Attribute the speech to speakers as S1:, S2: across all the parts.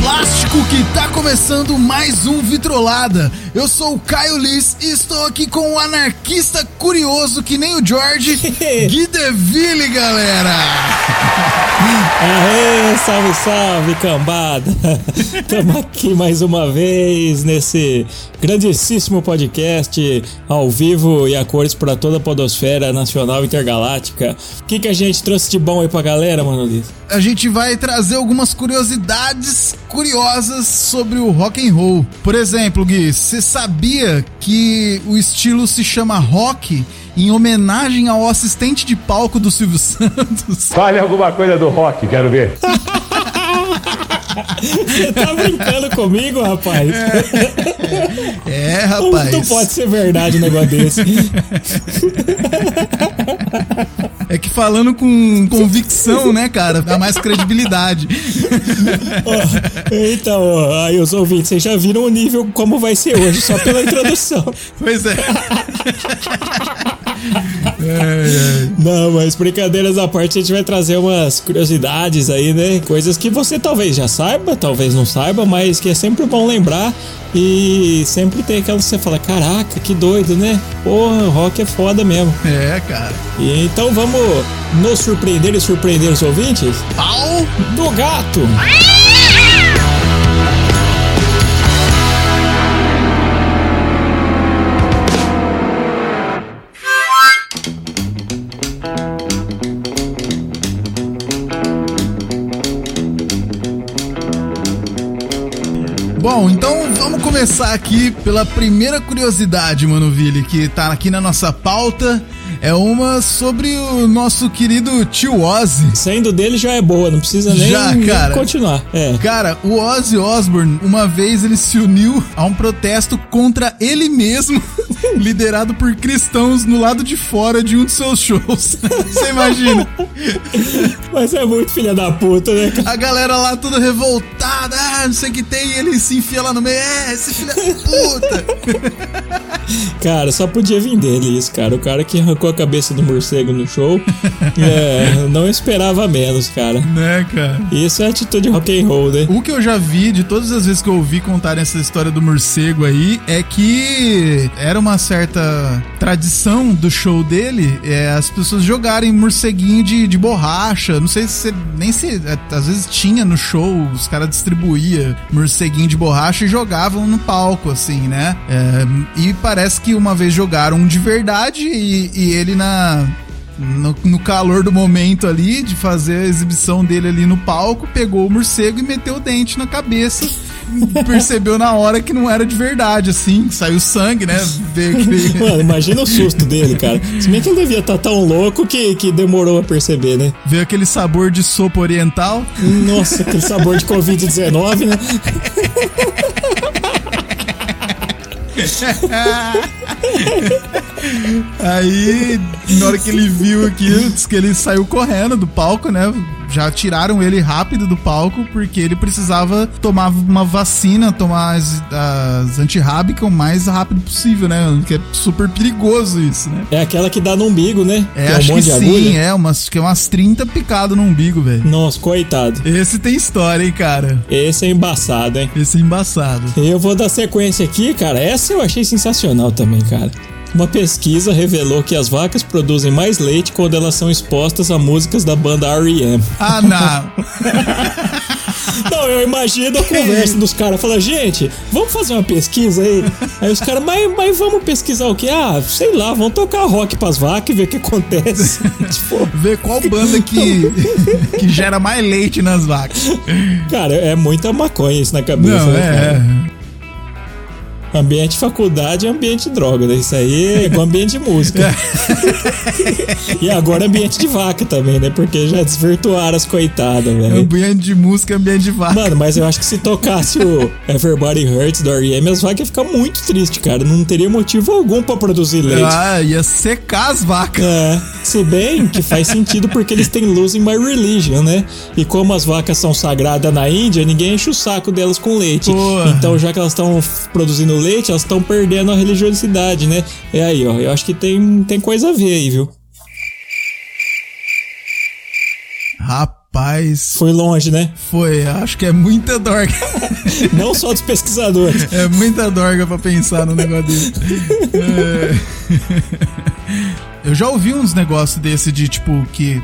S1: maluco que tá começando mais um Vitrolada. Eu sou o Caio Liz e estou aqui com o um anarquista curioso que nem o George, Gui Deville, galera.
S2: Aê, salve, salve, cambada. Estamos aqui mais uma vez nesse grandíssimo podcast ao vivo e a cores para toda a podosfera nacional e intergaláctica. O que, que a gente trouxe de bom aí pra galera, mano Liz?
S1: A gente vai trazer algumas curiosidades curiosas sobre o rock and roll. Por exemplo, Gui, você sabia que o estilo se chama rock em homenagem ao assistente de palco do Silvio Santos?
S3: Fale alguma coisa do rock, quero ver.
S2: Você tá brincando comigo, rapaz?
S1: É, rapaz.
S2: Não pode ser verdade um negócio desse.
S1: É que falando com convicção, né, cara? Dá mais credibilidade.
S2: Ó, então, ó, aí os ouvintes, vocês já viram o nível como vai ser hoje, só pela introdução.
S1: Pois é.
S2: Não, mas brincadeiras à parte, a gente vai trazer umas curiosidades aí, né? Coisas que você talvez já saiba, talvez não saiba, mas que é sempre bom lembrar. E sempre tem aquela que você fala: caraca, que doido, né? Porra, rock é foda mesmo.
S1: É, cara.
S2: E então vamos nos surpreender e surpreender os ouvintes?
S1: Pau
S2: Do gato!
S1: Bom, então vamos começar aqui pela primeira curiosidade, Mano Ville, que tá aqui na nossa pauta. É uma sobre o nosso querido tio Ozzy.
S2: Saindo dele já é boa, não precisa nem,
S1: Já,
S2: nem
S1: cara.
S2: continuar. É.
S1: Cara, o Ozzy Osbourne, uma vez ele se uniu a um protesto contra ele mesmo, liderado por cristãos no lado de fora de um de seus shows. Você imagina?
S2: Mas é muito filha da puta, né, cara?
S1: A galera lá toda revoltada, ah, não sei o que tem, e ele se enfia lá no meio, é, esse filho da puta.
S2: Cara, só podia vir dele isso, cara. O cara que arrancou a cabeça do morcego no show é, não esperava menos, cara.
S1: né, cara?
S2: Isso é atitude rock and roll, né?
S1: O que eu já vi de todas as vezes que eu ouvi contar essa história do morcego aí é que era uma certa tradição do show dele é, as pessoas jogarem morceguinho de, de borracha. Não sei se nem se. é, Às vezes tinha no show, os caras distribuía morceguinho de borracha e jogavam no palco, assim, né? É, e parece que uma vez jogaram um de verdade e- e ele na. No, no calor do momento ali, de fazer a exibição dele ali no palco, pegou o morcego e meteu o dente na cabeça. Percebeu na hora que não era de verdade, assim, que saiu sangue, né? Veio aquele-
S2: Mano, imagina o susto dele, cara. Se bem que ele devia estar tão louco que, que demorou a perceber, né?
S1: veio aquele sabor de sopa oriental.
S2: Nossa, aquele sabor de Covid-19, né?
S1: Aí, na hora que ele viu aquilo, disse que ele saiu correndo do palco, né? Já tiraram ele rápido do palco, porque ele precisava tomar uma vacina, tomar as, as antirrábicas o mais rápido possível, né? Que é super perigoso isso, né?
S2: É aquela que dá no umbigo, né?
S1: É,
S2: que é um
S1: acho
S2: monte
S1: que
S2: de
S1: sim,
S2: agulha.
S1: é, umas, que é umas 30 picado no umbigo, velho.
S2: Nossa, coitado.
S1: Esse tem história, hein, cara.
S2: Esse é embaçado, hein?
S1: Esse é embaçado.
S2: Eu vou dar sequência aqui, cara. Essa eu achei sensacional também, cara. Uma pesquisa revelou que as vacas produzem mais leite quando elas são expostas a músicas da banda R.E.M.
S1: Ah, não.
S2: Não, eu imagino a conversa dos caras. Fala, gente, vamos fazer uma pesquisa aí? Aí os caras, mas, mas vamos pesquisar o quê? Ah, sei lá, vamos tocar rock pras vacas e ver o que acontece. tipo,
S1: Ver qual banda que, que gera mais leite nas vacas.
S2: cara, é muita maconha isso na cabeça,
S1: Não,
S2: né,
S1: é.
S2: cara?
S1: é.
S2: Ambiente faculdade é ambiente droga, né? Isso aí é igual ambiente de música. e agora ambiente de vaca também, né? Porque já desvirtuaram as coitadas, velho.
S1: Ambiente de música, ambiente de vaca.
S2: Mano, mas eu acho que se tocasse o Everybody Hurts do R.E.M., as vacas iam ficar muito tristes, cara. Não teria motivo algum pra produzir leite.
S1: Ah, ia secar as vacas.
S2: É, se bem que faz sentido porque eles têm Losing My Religion, né? E como as vacas são sagradas na Índia, ninguém enche o saco delas com leite.
S1: Porra.
S2: Então, já que elas estão produzindo leite, elas estão perdendo a religiosidade, né? É aí, ó. Eu acho que tem, tem coisa a ver aí, viu?
S1: Rapaz.
S2: Foi longe, né?
S1: Foi, acho que é muita dorga.
S2: Não só dos pesquisadores.
S1: É muita dorga pra pensar no negócio desse. É. Eu já ouvi uns negócios desse de tipo que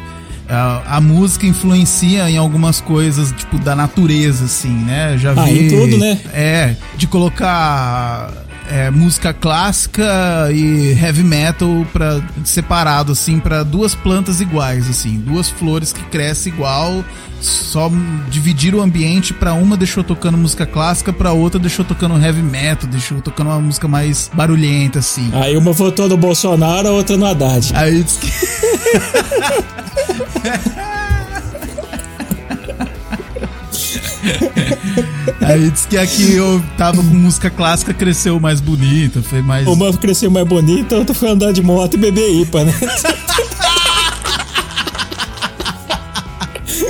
S1: a, a música influencia em algumas coisas, tipo, da natureza, assim, né? Eu Já vi.
S2: Ah, em tudo, né?
S1: É, de colocar é, música clássica e heavy metal pra, separado, assim, pra duas plantas iguais, assim, duas flores que crescem igual, só dividir o ambiente pra uma deixou tocando música clássica, pra outra deixou tocando heavy metal, deixou tocando uma música mais barulhenta, assim.
S2: Aí uma votou no Bolsonaro, a outra no Haddad.
S1: Aí diz que. Aí diz que aqui eu tava com música clássica, cresceu mais bonita, foi mais.
S2: Uma cresceu mais bonita, a outra foi andar de moto e beber IPA, né?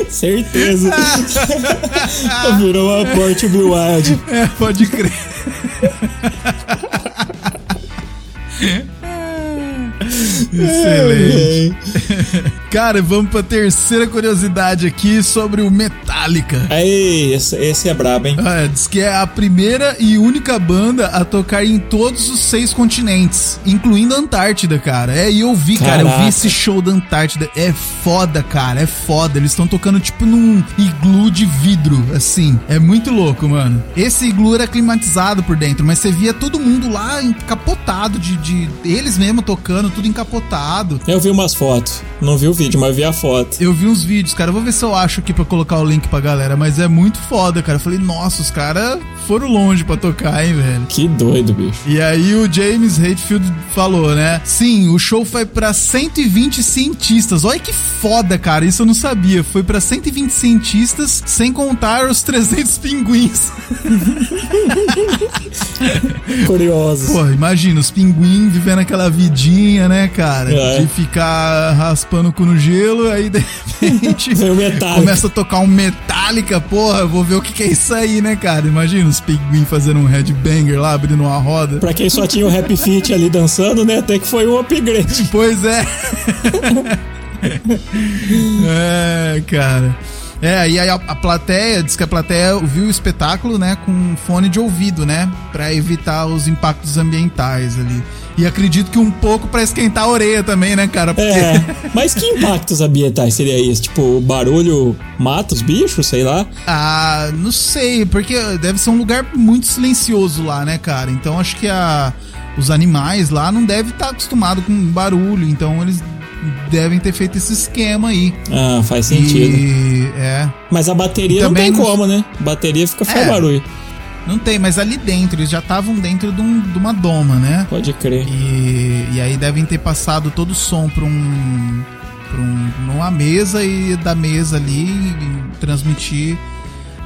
S2: Certeza. Virou uma Port Wild.
S1: É, pode crer. Excelente. Cara, vamos pra terceira curiosidade aqui sobre o Metallica.
S2: Aí, esse, esse é brabo, hein?
S1: Ah, diz que é a primeira e única banda a tocar em todos os seis continentes, incluindo a Antártida, cara. É, e eu vi, cara, eu vi
S2: Caraca.
S1: esse show da Antártida. É foda, cara, é foda. Eles estão tocando tipo num iglu de vidro, assim. É muito louco, mano. Esse iglu era climatizado por dentro, mas você via todo mundo lá encapotado, de, de eles mesmo tocando, tudo encapotado.
S2: Eu vi umas fotos. Não vi o vídeo, mas vi a foto.
S1: Eu vi uns vídeos, cara. Eu Vou ver se eu acho aqui pra colocar o link pra galera. Mas é muito foda, cara. Eu falei, nossa, os caras foram longe pra tocar, hein, velho.
S2: Que doido, bicho.
S1: E aí o James Hetfield falou, né? Sim, o show foi pra 120 cientistas. Olha que foda, cara. Isso eu não sabia. Foi pra 120 cientistas, sem contar os 300 pinguins.
S2: Curiosos.
S1: Pô, imagina, os pinguins vivendo aquela vidinha, né, cara?
S2: É.
S1: De ficar raspando o cu no gelo, aí de repente
S2: Veio Metallica.
S1: começa a tocar um Metallica, porra, eu vou ver o que, que é isso aí, né, cara? Imagina os pinguins fazendo um headbanger lá, abrindo uma roda.
S2: Pra quem só tinha o Happy Feet ali dançando, né? Até que foi um upgrade.
S1: Pois é. é, cara. É, e aí a, a plateia, diz que a plateia viu o espetáculo, né, com fone de ouvido, né, Pra evitar os impactos ambientais ali. E acredito que um pouco pra esquentar a orelha também, né, cara? Porque
S2: É. Mas que impactos ambientais seria isso? Tipo, o barulho mata os bichos, sei lá.
S1: Ah, não sei, porque deve ser um lugar muito silencioso lá, né, cara? Então acho que a, os animais lá não devem estar acostumados com barulho, então eles devem ter feito esse esquema aí.
S2: Ah, faz sentido.
S1: E é,
S2: Mas a bateria não
S1: Também
S2: tem
S1: não-
S2: como, né? Bateria fica faz
S1: É.
S2: barulho.
S1: não tem, mas ali dentro, eles já estavam dentro de, um- de uma doma, né?
S2: Pode crer.
S1: E, e aí devem ter passado todo o som pra um. pra um, numa mesa e da mesa ali e transmitir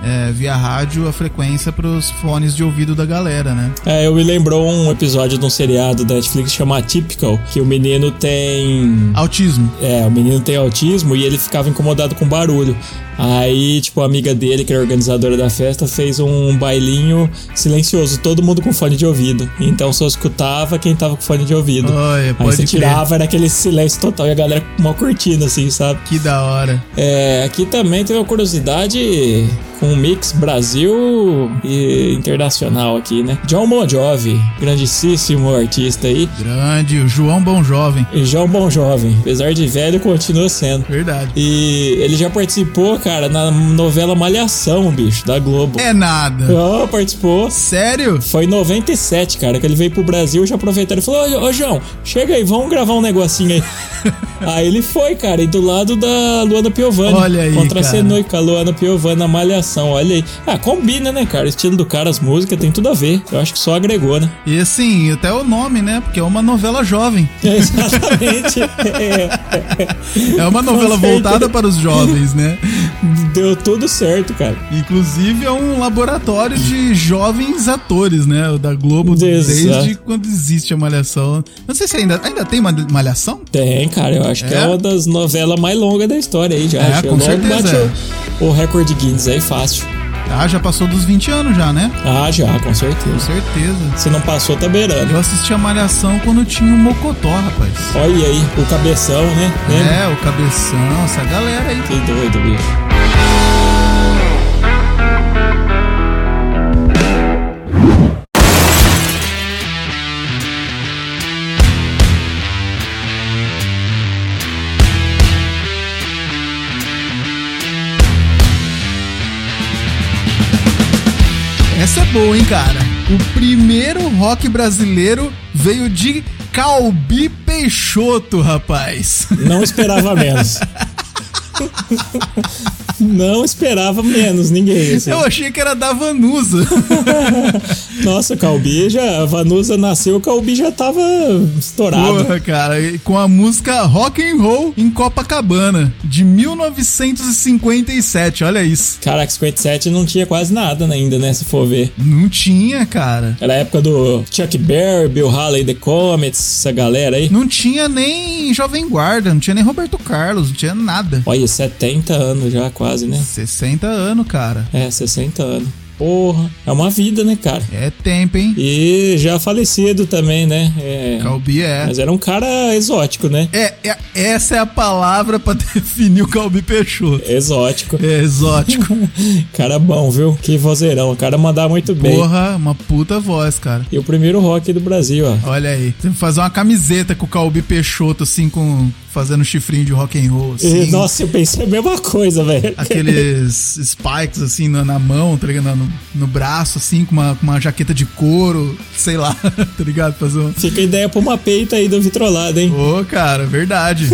S1: é, via rádio a frequência pros fones de ouvido da galera, né?
S2: É, eu me lembrou um episódio de um seriado da Netflix chamado Typical, que o menino tem.
S1: Autismo.
S2: É, o menino tem autismo e ele ficava incomodado com barulho. Aí, tipo, a amiga dele, que era organizadora da festa, fez um bailinho silencioso, todo mundo com fone de ouvido. Então só escutava quem tava com fone de ouvido.
S1: Olha,
S2: Aí você
S1: Ah, pode tirar.
S2: tirava, era aquele silêncio total e a galera mal curtindo, assim, sabe?
S1: Que da hora.
S2: É, aqui também tem uma curiosidade com o mix Brasil e internacional aqui, né? John Bon Jovi, grandíssimo artista aí.
S1: Grande, o João Bom Jovem.
S2: E John Bon Jovi, apesar de velho, continua sendo.
S1: Verdade.
S2: E ele já participou, cara, na novela Malhação, bicho, da Globo.
S1: É nada.
S2: Oh, participou.
S1: Sério?
S2: Foi em 97, cara, que ele veio pro Brasil, já aproveitaram e falou: Ô, ô, João, chega aí, vamos gravar um negocinho aí. aí ele foi, cara, e do lado da Luana Piovani.
S1: Olha aí,
S2: Contracenou com a Luana Piovani na Malhação, olha aí. Ah, combina, né, cara? O estilo do cara, as músicas, tem tudo a ver. Eu acho que só agregou, né?
S1: E assim, até o nome, né? Porque é uma novela jovem.
S2: É, Exatamente. É,
S1: É uma novela
S2: certeza.
S1: voltada para os jovens, né?
S2: deu tudo certo, cara.
S1: Inclusive é um laboratório de jovens atores, né? O da Globo desde
S2: Exato.
S1: quando existe a Malhação. Não sei se ainda, ainda tem ma- Malhação?
S2: Tem, cara, eu acho que
S1: É?
S2: é uma das novelas mais longas da história aí já.
S1: É,
S2: Acho que
S1: com
S2: logo
S1: certeza.
S2: bate o, o recorde Guinness aí fácil.
S1: Ah, já passou dos 20 anos já, né?
S2: Ah, já, com
S1: Com
S2: certeza.
S1: certeza.
S2: Se não passou, tá beirando.
S1: Eu assisti a Malhação quando tinha o Mocotó, rapaz.
S2: Olha aí, o cabeção, né? Lembra?
S1: É, o Cabeção, essa galera aí.
S2: Que doido, bicho.
S1: Essa é boa, hein, cara? O primeiro rock brasileiro veio de Calbi Peixoto, rapaz.
S2: Não esperava menos. Não esperava menos ninguém. assim.
S1: Eu achei que era da Vanusa.
S2: Nossa, o Calbi já. A Vanusa nasceu, o Calbi já tava estourado.
S1: Porra, cara, e com a música Rock and Roll em Copacabana, de 1957, olha isso.
S2: Caraca, 57 não tinha quase nada ainda, né? Se for ver.
S1: Não tinha, cara.
S2: Era a época do Chuck Berry, Bill Haley, The Comets, essa galera aí.
S1: Não tinha nem Jovem Guarda, não tinha nem Roberto Carlos, não tinha nada.
S2: Olha, 70 anos já, quase, né?
S1: 60 anos, cara.
S2: É, 60 anos. Porra, é uma vida, né, cara?
S1: É tempo, hein?
S2: E já falecido também, né? É.
S1: Calbi é.
S2: Mas era um cara exótico, né?
S1: É, é- essa é a palavra pra definir o Calbi Peixoto.
S2: Exótico.
S1: É exótico.
S2: Cara bom, viu? Que vozeirão. O cara mandava muito bem.
S1: Porra, uma puta voz, cara.
S2: E o primeiro rock do Brasil, ó.
S1: Olha aí, tem que fazer uma camiseta com o Calbi Peixoto, assim, com fazendo chifrinho de rock and roll, assim.
S2: E, nossa, eu pensei a mesma coisa, velho.
S1: Aqueles spikes, assim, na, na mão, tá ligado? No, no braço, assim, com uma, com uma jaqueta de couro, sei lá, tá ligado? Fazer um...
S2: Fica a ideia pra uma peita aí do Vitrolado, hein?
S1: Ô, cara, verdade.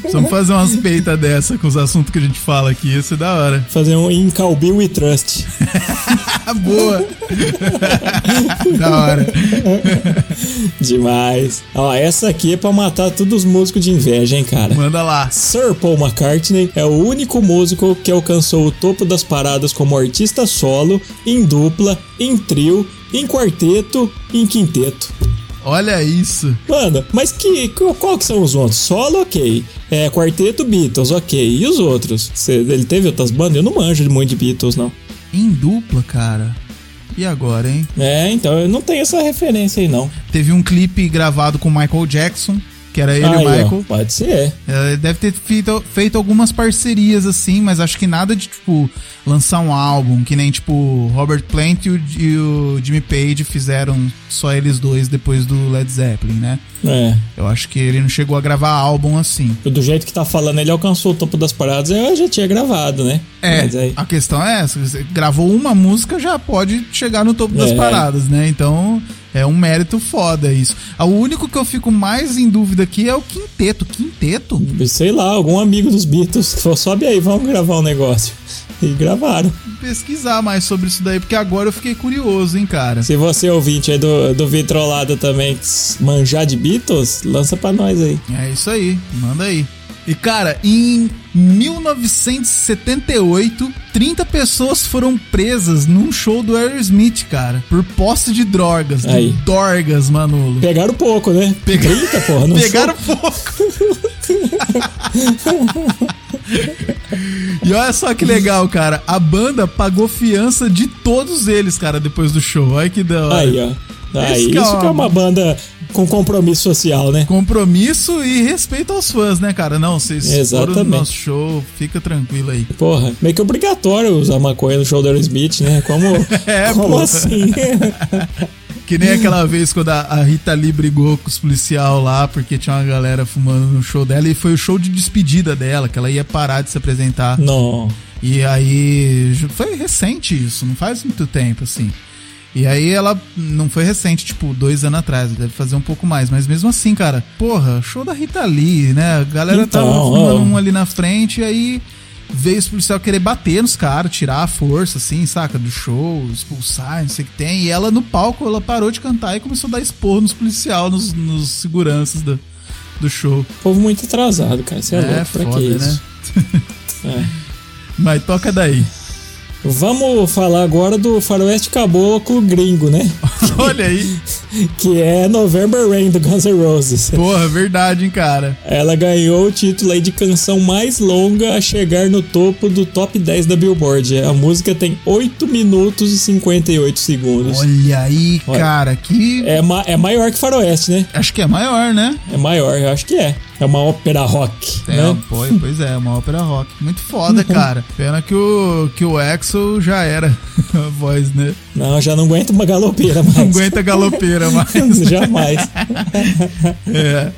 S1: Precisamos fazer umas peitas dessa com os assuntos que a gente fala aqui, isso é da hora.
S2: Fazer um In Calbi We Trust.
S1: Ah, boa! da hora.
S2: Demais. Ó, essa aqui é pra matar todos os músicos de inveja, hein, cara?
S1: Manda lá.
S2: Sir Paul McCartney é o único músico que alcançou o topo das paradas como artista solo, em dupla, em trio, em quarteto, em quinteto.
S1: Olha isso.
S2: Mano, mas que qual, qual que são os outros? Solo, ok. É, quarteto Beatles, ok. E os outros? Cê- ele teve outras bandas? Eu não manjo muito de Beatles, não.
S1: Em dupla, cara. E agora, hein?
S2: É, então eu não tenho essa referência aí, não.
S1: Teve um clipe gravado com Michael Jackson, que era ele e o
S2: Aí, ó,
S1: Michael.
S2: pode ser. é.
S1: Ela deve ter feito, feito algumas parcerias, assim, mas acho que nada de, tipo, lançar um álbum, que nem, tipo, Robert Plant e o, e o Jimmy Page fizeram só eles dois depois do Led Zeppelin, né?
S2: É.
S1: Eu acho que ele não chegou a gravar álbum assim.
S2: Do jeito que tá falando, ele alcançou o topo das paradas, eu já tinha gravado, né?
S1: É,
S2: Mas aí-
S1: a questão é essa. Você gravou uma música, já pode chegar no topo das
S2: É.
S1: paradas, né? Então, é um mérito foda isso. Ah, O único que eu fico mais em dúvida aqui é o Quinteto. Quinteto?
S2: Sei lá, algum amigo dos Beatles que falou, sobe aí, vamos gravar um negócio. E gravaram.
S1: Pesquisar mais sobre isso daí, porque agora eu fiquei curioso, hein, cara.
S2: Se você ouvinte aí do, do Vitrolada também tss, manjar de Beatles, lança pra nós aí.
S1: É isso aí, manda aí. E cara, em 1978, 30 pessoas foram presas num show do Aerosmith, cara, por posse de drogas.
S2: Aí.
S1: De dorgas, Manolo.
S2: Pegaram pouco, né?
S1: Pega-
S2: Eita, porra, não
S1: Pegaram pouco. e olha só que legal, cara. A banda pagou fiança de todos eles, cara, depois do show. Olha que da hora.
S2: Aí, ó. Aí,
S1: Isso
S2: isso
S1: que
S2: que
S1: é
S2: é uma banda com compromisso social, né?
S1: Compromisso e respeito aos fãs, né, cara? Não, vocês foram no
S2: Exatamente.
S1: nosso show, fica tranquilo aí.
S2: Porra, meio que obrigatório usar maconha no show do Aerosmith, né? Como,
S1: É,
S2: como
S1: pô.
S2: assim?
S1: Que nem aquela vez quando a, a Rita Lee brigou com os policial lá, porque tinha uma galera fumando no show dela, e foi o show de despedida dela, que ela ia parar de se apresentar.
S2: não.
S1: E aí. ju- Foi recente isso, não faz muito tempo, assim. E aí ela não foi recente, tipo, dois anos atrás, deve fazer um pouco mais. Mas mesmo assim, cara, porra, show da Rita Lee, né? A galera
S2: Então,
S1: tava fumando
S2: ó.
S1: um ali na frente, e aí veio os policial querer bater nos caras, tirar a força, assim, saca? Do show, expulsar, não sei o que tem. E ela no palco, ela parou de cantar e começou a dar esporro nos policial, nos, nos seguranças do, do show.
S2: Povo muito atrasado, cara. Você é,
S1: É,
S2: louco, pra
S1: foda,
S2: que
S1: né?
S2: isso? É.
S1: Mas toca daí.
S2: Vamos falar agora do faroeste caboclo gringo, né?
S1: Olha aí.
S2: que é November Rain do Guns N' Roses.
S1: Porra, verdade, hein, cara.
S2: Ela ganhou o título aí de canção mais longa a chegar no topo do top 10 da Billboard. A música tem 8 minutos e 58 segundos.
S1: Olha aí,
S2: Olha.
S1: cara, que.
S2: É, ma é maior que Faroeste, né?
S1: Acho que é maior, né?
S2: É maior, eu acho que é. É uma ópera rock,
S1: É,
S2: né?
S1: pô, pois é, uma ópera rock. Muito foda, cara. Pena que o, que o Axel já era a voz, né?
S2: Não, já não aguento uma galopeira mais.
S1: Não aguenta galopeira mais.
S2: Jamais.
S1: É.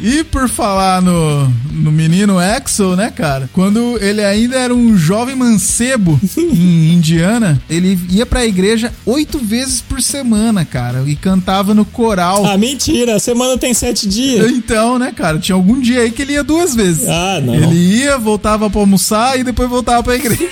S1: E por falar no, no menino Axel, né, cara? Quando ele ainda era um jovem mancebo em Indiana, ele ia pra igreja oito vezes por semana, cara, e cantava no coral.
S2: Ah, mentira. A semana tem sete dias.
S1: Então, né, cara, tinha algum dia aí que ele ia duas vezes.
S2: Ah, não.
S1: Ele ia, voltava pra almoçar e depois voltava pra igreja.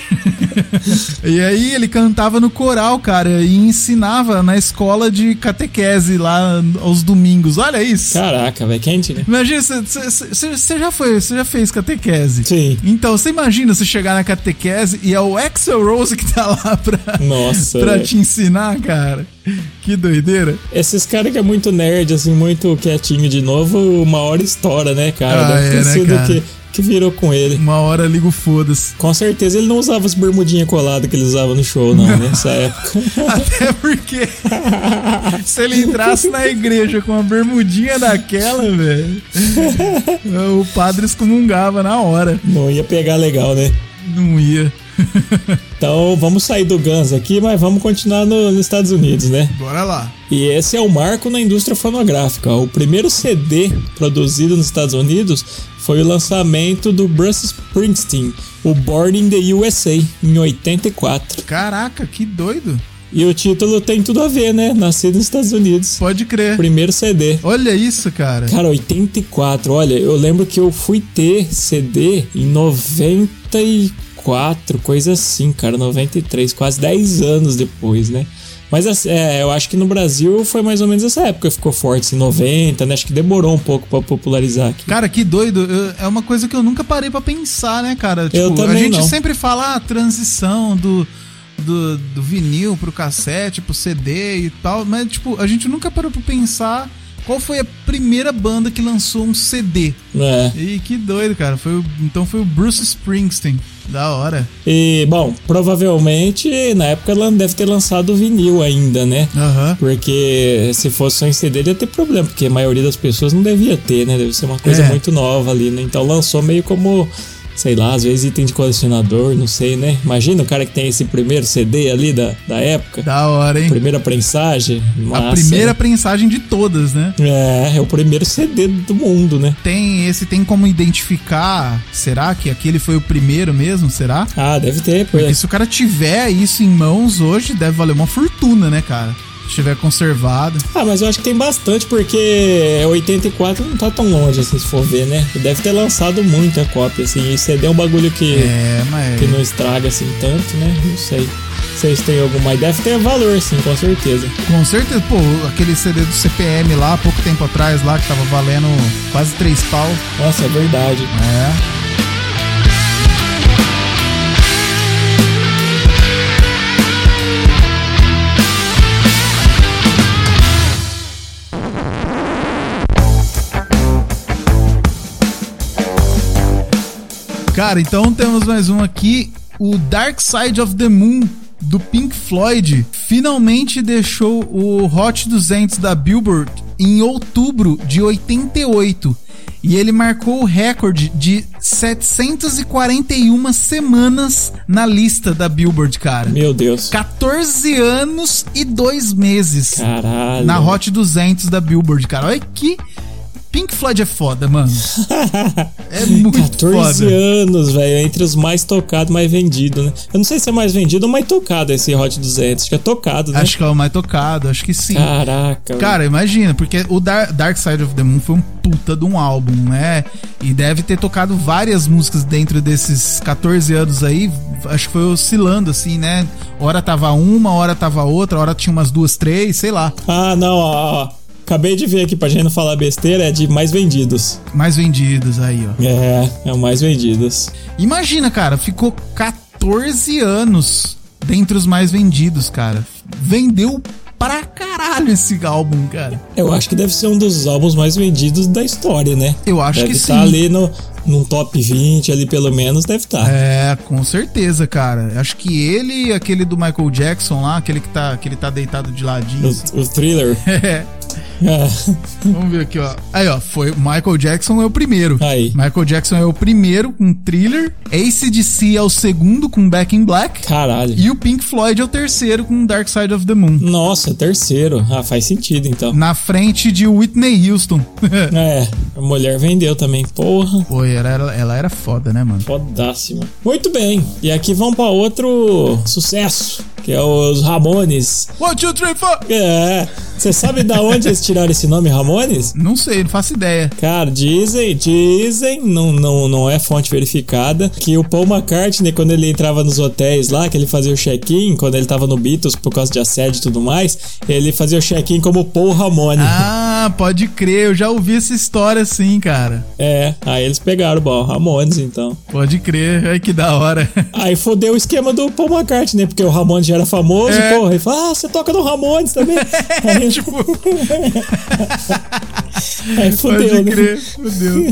S1: e aí ele cantava no coral, cara, e ensinava na escola de catequese lá aos domingos. Olha isso.
S2: Caraca, velho. Quente, né?
S1: Imagina, você já foi, você já fez catequese.
S2: Sim.
S1: Então, você imagina você chegar na catequese e é o Axel Rose que tá lá pra,
S2: Nossa,
S1: pra
S2: velho.
S1: te ensinar, cara. Que doideira.
S2: Esses caras que é muito nerd, assim, muito quietinho de novo, uma hora estoura, né, cara?
S1: Ah,
S2: Deve ter
S1: é, né,
S2: sido
S1: cara?
S2: que, que virou com ele.
S1: Uma hora liga o foda-se.
S2: Com certeza ele não usava as bermudinhas coladas que ele usava no show, não, né? nessa época.
S1: Até É porque se ele entrasse na igreja com uma bermudinha daquela, velho, o padre excomungava na hora.
S2: Não ia pegar legal, né?
S1: Não ia.
S2: Então vamos sair do Guns aqui, mas vamos continuar no- nos Estados Unidos, né?
S1: Bora lá.
S2: E esse é o marco na indústria fonográfica. O primeiro CD produzido nos Estados Unidos foi o lançamento do Bruce Springsteen, o Born in the USA, em 84.
S1: Caraca, que doido.
S2: E o título tem tudo a ver, né? Nascido nos Estados Unidos.
S1: Pode crer.
S2: Primeiro CD.
S1: Olha isso, cara.
S2: Cara, 84. Olha, eu lembro que eu fui ter CD em 94, coisa assim, cara. 93, quase 10 anos depois, né? Mas assim, é, eu acho que no Brasil foi mais ou menos essa época que ficou forte, assim, 90, né? Acho que demorou um pouco pra popularizar aqui.
S1: Cara, que doido. Eu- é uma coisa que eu nunca parei pra pensar, né, cara? Tipo, a
S2: também
S1: gente
S2: não.
S1: sempre fala a transição do, do, do vinil pro cassete, pro CD e tal, mas, tipo, a gente nunca parou pra pensar qual foi a primeira banda que lançou um CD.
S2: É.
S1: E que doido, cara. Foi o- então foi o Bruce Springsteen. Da hora.
S2: E, bom, provavelmente na época ela deve ter lançado o vinil ainda, né?
S1: Aham.
S2: Porque se fosse só em CD ele ia ter problema, porque a maioria das pessoas não devia ter, né? Deve ser uma coisa
S1: É.
S2: muito nova ali, né? Então lançou meio como, sei lá, às vezes item de colecionador, não sei, né? Imagina o cara que tem esse primeiro CD ali da, da época,
S1: Da hora, hein?
S2: primeira prensagem.
S1: a
S2: massa,
S1: primeira prensagem de todas, né?
S2: né? É, é o primeiro CD do mundo, né?
S1: Tem esse, tem como identificar. Será que aquele foi o primeiro mesmo? Será?
S2: Ah, deve ter, pô.
S1: Porque se o cara tiver isso em mãos hoje, deve valer uma fortuna, né, cara? Se tiver conservado.
S2: Ah, mas eu acho que tem bastante, porque é 84 não tá tão longe, assim, se for ver, né? Deve ter lançado muita cópia, assim, e CD é um bagulho que...
S1: É, mas.
S2: que não estraga assim tanto, né? Não sei. Vocês têm alguma ideia? Deve ter valor, sim, com certeza.
S1: Com certeza, pô, aquele CD do CPM lá, há pouco tempo atrás, lá, que tava valendo quase três pau.
S2: Nossa, é verdade.
S1: É. Cara, então temos mais um aqui. O Dark Side of the Moon do Pink Floyd finalmente deixou o Hot 200 da Billboard em outubro de 88 e ele marcou o recorde de 741 semanas na lista da Billboard, cara.
S2: Meu Deus.
S1: 14 anos e 2 meses
S2: Caralho.
S1: na Hot 200 da Billboard, cara. Olha que Pink Floyd é foda, mano. É muito
S2: 14
S1: foda.
S2: anos, velho. Entre os mais tocados, mais vendido, né? Eu não sei se é mais vendido ou mais tocado esse Hot 200. Acho que é tocado, né?
S1: Acho que é o mais tocado, acho que sim.
S2: É. Caraca.
S1: Cara, imagina, porque o Dar- Dark Side of the Moon foi um puta de um álbum, né? E deve ter tocado várias músicas dentro desses 14 anos aí. Acho que foi oscilando, assim, né? Hora tava uma, hora tava outra, hora tinha umas duas, três, sei lá.
S2: velho. Ah, não, ó, ó. Acabei de ver aqui pra gente não falar besteira, é de mais vendidos.
S1: Mais vendidas aí, ó.
S2: É, é o mais vendidos.
S1: Imagina, cara, ficou 14 anos dentre os mais vendidos, cara. Vendeu pra caralho esse álbum, cara.
S2: Eu acho que deve ser um dos álbuns mais vendidos da história, né?
S1: Eu acho
S2: deve
S1: que sim.
S2: estar ali no, num top 20, ali pelo menos, deve tá. estar.
S1: É, com certeza, cara. Acho que ele e aquele do Michael Jackson lá, aquele que tá, que ele tá deitado de ladinho. assim.
S2: O, o thriller.
S1: É.
S2: É.
S1: Vamos ver aqui, ó. Aí, ó, foi Michael Jackson é o primeiro.
S2: Aí.
S1: Michael Jackson é o primeiro com Thriller. AC/DC é o segundo com Back in Black.
S2: Caralho.
S1: E o Pink Floyd é o terceiro com Dark Side of the Moon.
S2: Nossa, terceiro. Ah, faz sentido então.
S1: Na frente de Whitney Houston.
S2: É, a mulher vendeu também. Porra.
S1: Pô, ela era, ela era foda, né, mano?
S2: Fodássima. Muito bem. E aqui vamos pra outro sucesso, que é os Ramones.
S1: One, two, three, four.
S2: É. Você sabe da onde eles tiraram esse nome, Ramones?
S1: Não sei, não faço ideia.
S2: Cara, dizem, dizem, não, não, não é fonte verificada, que o Paul McCartney, quando ele entrava nos hotéis lá, que ele fazia o check-in, quando ele tava no Beatles por causa de assédio e tudo mais, ele fazia o check-in como Paul Ramone.
S1: Ah, pode crer, eu já ouvi essa história sim, cara.
S2: É, aí eles pegaram, bom, Ramones então.
S1: Pode crer, ai que da hora.
S2: Aí fodeu o esquema do Paul McCartney, né? Porque o Ramones já era famoso,
S1: É.
S2: porra. Ele fala, ah, você toca no Ramones também. aí,
S1: tipo,
S2: aí fodeu,
S1: pode
S2: né?
S1: crer, fudeu.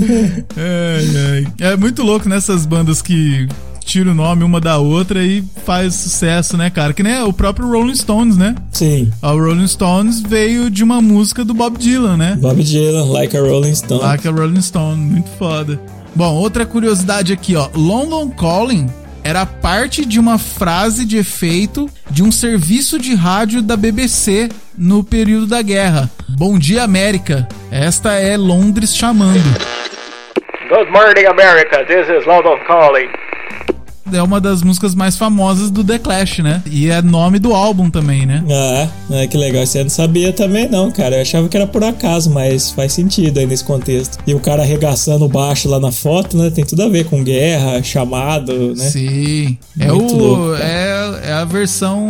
S1: Ai, ai. É muito louco nessas bandas que tira o nome uma da outra e faz sucesso, né, cara? Que nem o próprio Rolling Stones, né?
S2: Sim,
S1: O Rolling Stones veio de uma música do Bob Dylan, né?
S2: Bob Dylan, Like a Rolling Stone.
S1: Lá que é Rolling Stone, muito foda. Bom, outra curiosidade aqui, ó. London Calling era parte de uma frase de efeito de um serviço de rádio da BBC no período da guerra. Bom dia, América. Esta é Londres chamando.
S3: Good morning, America. This is London calling.
S1: É uma das músicas mais famosas do The Clash, né? E é nome do álbum também, né?
S2: Ah, é, que legal. Você não sabia também, não, cara. Eu achava que era por acaso, mas faz sentido aí nesse contexto. E o cara arregaçando o baixo lá na foto, né? Tem tudo a ver com guerra, chamado, né?
S1: Sim. É,
S2: Muito
S1: o,
S2: louco, cara.
S1: é, é a versão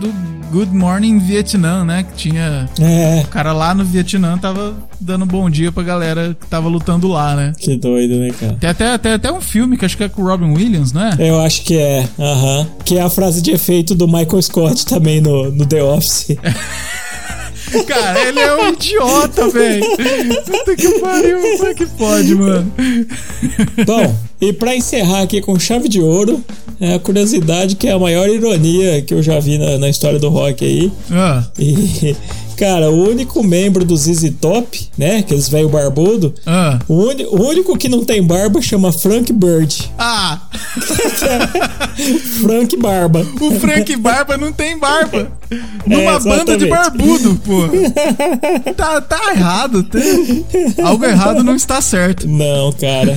S1: do Good Morning Vietnam, né? Que tinha
S2: É,
S1: O cara lá no Vietnã tava dando bom dia pra galera que tava lutando lá, né?
S2: que doido, né, cara?
S1: Tem até, até, até um filme que acho que é com o Robin Williams, não é?
S2: Eu acho que é, aham. Que é a frase de efeito do Michael Scott também no, no The Office.
S1: Cara, ele é um idiota, velho. Puta que pariu, como é que pode, mano?
S2: Bom, e pra encerrar aqui com chave de ouro, é a curiosidade que é a maior ironia que eu já vi na, na história do rock aí.
S1: Ah,
S2: E, cara, o único membro do ZZ Top, né? Aqueles velho barbudo.
S1: ah.
S2: O, uni- o único que não tem barba chama Frank Bird.
S1: Ah,
S2: Frank Barba.
S1: o Frank Barba não tem barba. Numa banda de
S2: É, exatamente.
S1: barbudo, pô. Tá, tá errado. tem- Algo errado não está certo.
S2: Não, cara.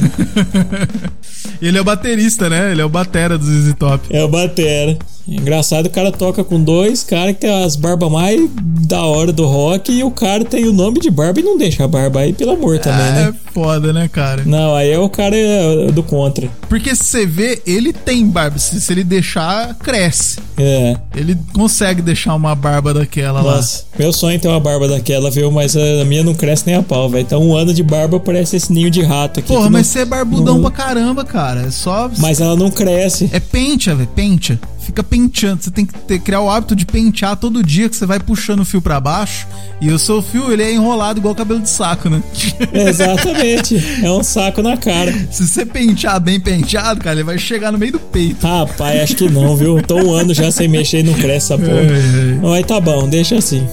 S1: Ele é o baterista, né? Ele é o batera do ZZ Top.
S2: É o Batera. Engraçado, o cara toca com dois caras que tem as barbas mais da hora do rock e o cara tem o nome de barba e não deixa a barba aí, pelo amor também,
S1: É
S2: né?
S1: foda, né, cara?
S2: Não, aí é o cara é do contra.
S1: Porque se você vê, ele tem barba. Se, se ele deixar, cresce.
S2: É.
S1: Ele consegue deixar uma barba daquela
S2: Nossa, meu sonho é ter uma barba daquela, viu? Mas é, a minha não cresce nem a pau, velho. Então um ano de barba parece esse ninho de rato aqui.
S1: lá. Porra,
S2: que não-
S1: mas você é barbudão
S2: não-
S1: pra caramba, cara. É só.
S2: Mas ela não cresce.
S1: É penteia, velho. Penteia. Fica penteando. Você tem que ter- criar o hábito de pentear todo dia, que você vai puxando o fio pra baixo. E o seu fio, ele é enrolado igual cabelo de saco, né?
S2: Exatamente. É um saco na cara.
S1: se você pentear bem penteado, cara, ele vai chegar no meio do peito.
S2: Rapaz, acho que não, viu? Tô um ano já sem mexer e não cresce essa porra. Mas tá bom, deixa assim.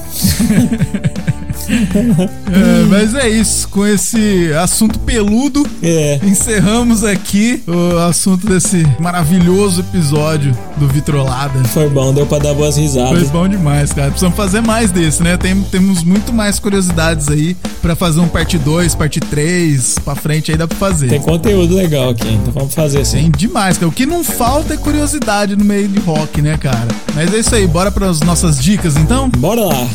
S1: É, mas é isso. Com esse assunto peludo,
S2: É.
S1: Encerramos aqui o assunto desse maravilhoso episódio do Vitrolada.
S2: Foi bom, deu pra dar boas
S1: Foi
S2: risadas.
S1: bom demais, cara. Precisamos fazer mais desse, né? Tem- temos muito mais curiosidades aí pra fazer um parte 2, parte 3, pra frente aí dá pra fazer.
S2: Tem
S1: Tem,
S2: conteúdo legal aqui, então vamos fazer assim.
S1: demais, cara. O que não falta é curiosidade no meio de rock, né, cara? Mas é isso aí, bora pras nossas dicas então?
S2: Bora lá.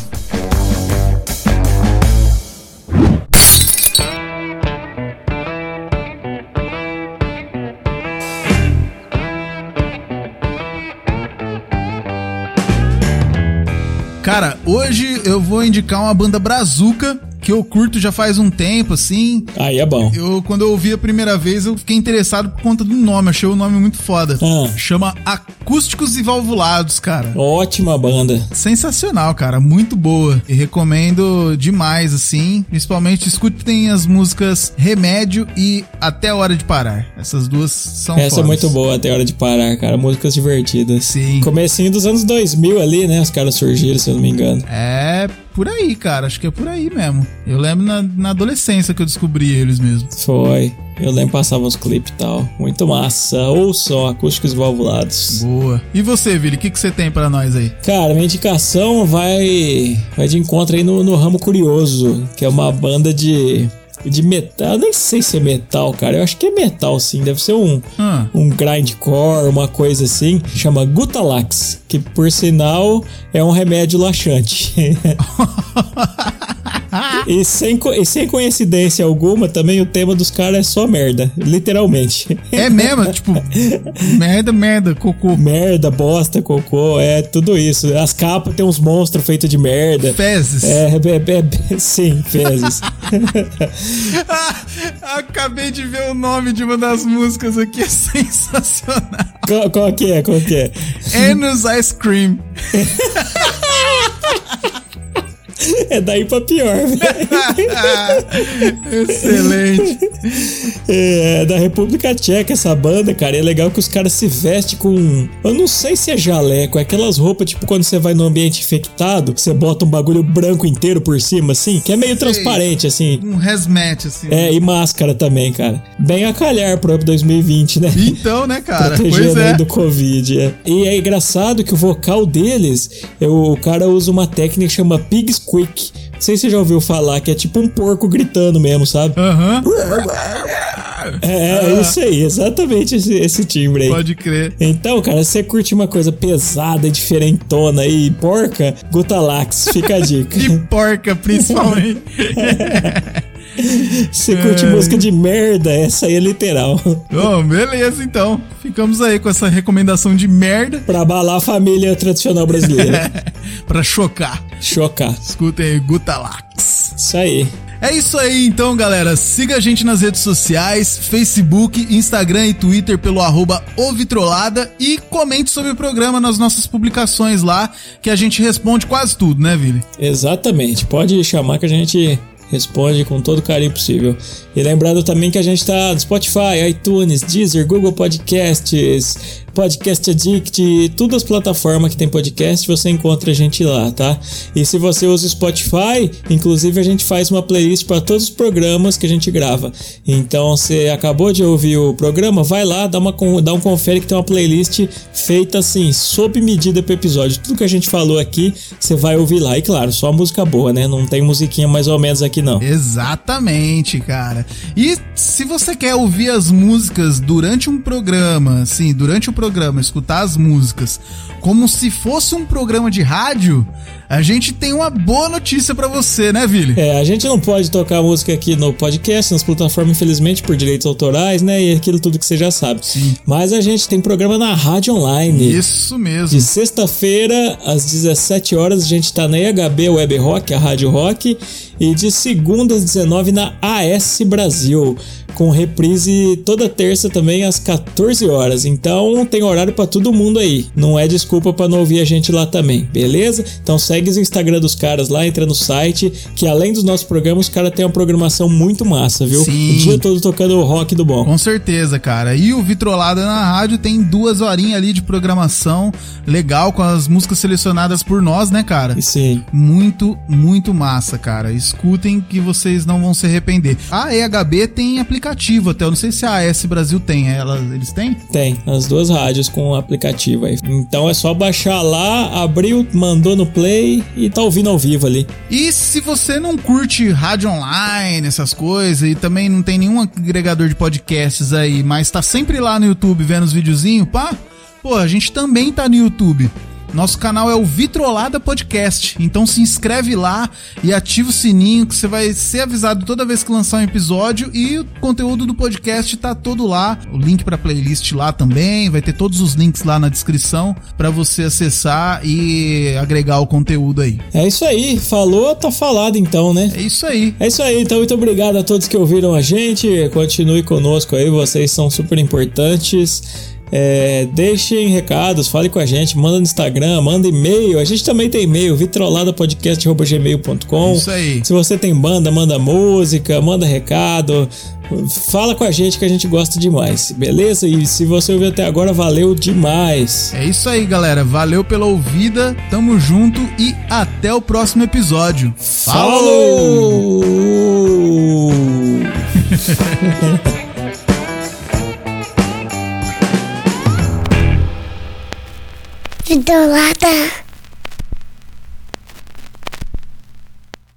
S1: Cara, hoje eu vou indicar uma banda brazuca que eu curto já faz um tempo, assim.
S2: Aí é bom.
S1: Eu, quando eu ouvi a primeira vez, eu fiquei interessado por conta do nome, achei o nome muito foda.
S2: Ah.
S1: Chama Acústicos e Valvulados, cara.
S2: Ótima banda.
S1: Sensacional, cara, muito boa. E recomendo demais, assim. Principalmente escutem as músicas Remédio e Até a Hora de Parar. Essas duas são
S2: Essa é
S1: fodas.
S2: muito boa até a hora de parar, cara. Músicas divertidas.
S1: Sim.
S2: Comecinho dos anos 2000 ali, né? Os caras surgiram, se eu não me engano.
S1: É por aí, cara. Acho que é por aí mesmo. Eu lembro na, na adolescência que eu descobri eles mesmo.
S2: Foi. Eu lembro passava uns clipes e tal. Muito massa. Ou só, acústicos valvulados.
S1: Boa. E você, Vili, o que, que você tem pra nós aí?
S2: Cara, minha indicação vai, vai de encontro aí no, no Ramo Curioso, que é uma banda de, de metal. Eu nem sei se é metal, cara. Eu acho que é metal, sim. Deve ser um,
S1: Hum.
S2: um grindcore, uma coisa assim. Chama Gutalax, que por sinal é um remédio laxante. E sem, co- e sem coincidência alguma, também o tema dos caras é só merda, literalmente.
S1: É mesmo? tipo, merda, merda, cocô.
S2: Merda, bosta, cocô, é tudo isso. As capas tem uns monstros feitos de merda.
S1: Fezes.
S2: É, é, é, é, sim, fezes.
S1: Ah, acabei de ver o nome de uma das músicas aqui. É sensacional.
S2: qual, qual que é? Qual que é?
S1: Enos Ice Cream.
S2: É daí pra pior, velho.
S1: Excelente.
S2: É, é da República Tcheca essa banda, cara. E é legal que os caras se vestem com. Eu não sei se é jaleco, é aquelas roupas, tipo, quando você vai num ambiente infectado, você bota um bagulho branco inteiro por cima, assim, que é meio transparente, assim.
S1: Um hazmat, assim.
S2: É, e máscara também, cara. Bem a calhar pro ano 2020, né?
S1: Então, né, cara? Pois
S2: Protegendo aí
S1: é.
S2: do Covid, é. E é engraçado que o vocal deles, é o o cara usa uma técnica que chama Pig Squeak. Não sei se você já ouviu falar, que é tipo um porco gritando mesmo, sabe?
S1: Aham,
S2: É, é isso aí, exatamente esse, esse timbre aí.
S1: pode crer.
S2: Então, cara, se você curte uma coisa pesada, e diferentona e porca, Gutalax, fica a dica.
S1: E porca, principalmente.
S2: Se curte
S1: É.
S2: música de merda, essa aí é literal.
S1: Bom, Oh, beleza, então. Ficamos aí com essa recomendação de merda
S2: Pra abalar a família tradicional brasileira.
S1: pra chocar.
S2: Chocar.
S1: Escutem aí, Gutalax.
S2: Isso aí.
S1: É isso aí então, galera. Siga a gente nas redes sociais, Facebook, Instagram e Twitter pelo arroba Ovitrolada e comente sobre o programa nas nossas publicações lá, que a gente responde quase tudo, né, Vili?
S2: Exatamente. Pode chamar que a gente responde com todo o carinho possível. E lembrando também que a gente tá no Spotify, iTunes, Deezer, Google Podcasts, Podcast Addict, todas as plataformas que tem podcast, você encontra a gente lá, tá? E se você usa o Spotify, inclusive a gente faz uma playlist para todos os programas que a gente grava. Então, você acabou de ouvir o programa, vai lá, dá, uma, con- dá um confere que tem uma playlist feita assim, sob medida pro episódio. Tudo que a gente falou aqui, você vai ouvir lá. E claro, só música boa, né? Não tem musiquinha mais ou menos aqui, não.
S1: Exatamente, cara. E se você quer ouvir as músicas durante um programa, sim, durante o programa, escutar as músicas como se fosse um programa de rádio, a gente tem uma boa notícia pra você, né, Vili?
S2: É, a gente não pode tocar música aqui no podcast, nas plataformas, infelizmente, por direitos autorais, né? E aquilo tudo que você já sabe.
S1: Sim.
S2: Mas a gente tem programa na rádio online.
S1: Isso mesmo.
S2: De sexta-feira às 17 horas a gente tá na IHB Web Rock, a Rádio Rock, e de segunda às 19 na AS Brasil, com reprise toda terça também às 14 horas. Então tem horário pra todo mundo aí. Não é desculpa pra não ouvir a gente lá também, beleza? Então segue o Instagram dos caras lá, entra no site, que além dos nossos programas, os caras têm uma programação muito massa, viu?
S1: Sim.
S2: O dia todo tocando o rock do bom.
S1: Com certeza, cara. E o Vitrolada na Rádio tem duas horinhas ali de programação legal com as músicas selecionadas por nós, né, cara?
S2: E sim.
S1: Muito, muito massa, cara. Escutem que vocês não vão se arrepender. A EHB tem aplicativo até. Eu não sei se a AS Brasil tem. Ela, eles têm?
S2: Tem, as duas rádios com o aplicativo aí. Então é só baixar lá, abriu, mandou no play e tá ouvindo ao vivo ali.
S1: E se você não curte rádio online, essas coisas, e também não tem nenhum agregador de podcasts aí, mas tá sempre lá no YouTube vendo os videozinhos, pá, pô, a gente também tá no YouTube. Nosso canal é o Vitrolada Podcast. Então se inscreve lá e ativa o sininho que você vai ser avisado toda vez que lançar um episódio e o conteúdo do podcast tá todo lá. O link pra playlist lá também, vai ter todos os links lá na descrição pra você acessar e agregar o conteúdo aí.
S2: É isso aí, falou, tá falado então, né?
S1: É isso aí.
S2: É isso aí, então muito obrigado a todos que ouviram a gente. Continue conosco aí, vocês são super importantes. É, deixem recados, fale com a gente, manda no Instagram, manda e-mail. A gente também tem e-mail, vitroladapodcast.gmail.com.
S1: Isso aí.
S2: Se você tem banda, manda música, manda recado. Fala com a gente que a gente gosta demais, beleza? E se você ouviu até agora, valeu demais.
S1: É isso aí, galera. Valeu pela ouvida, tamo junto e até o próximo episódio.
S2: Falou!
S4: Idolata.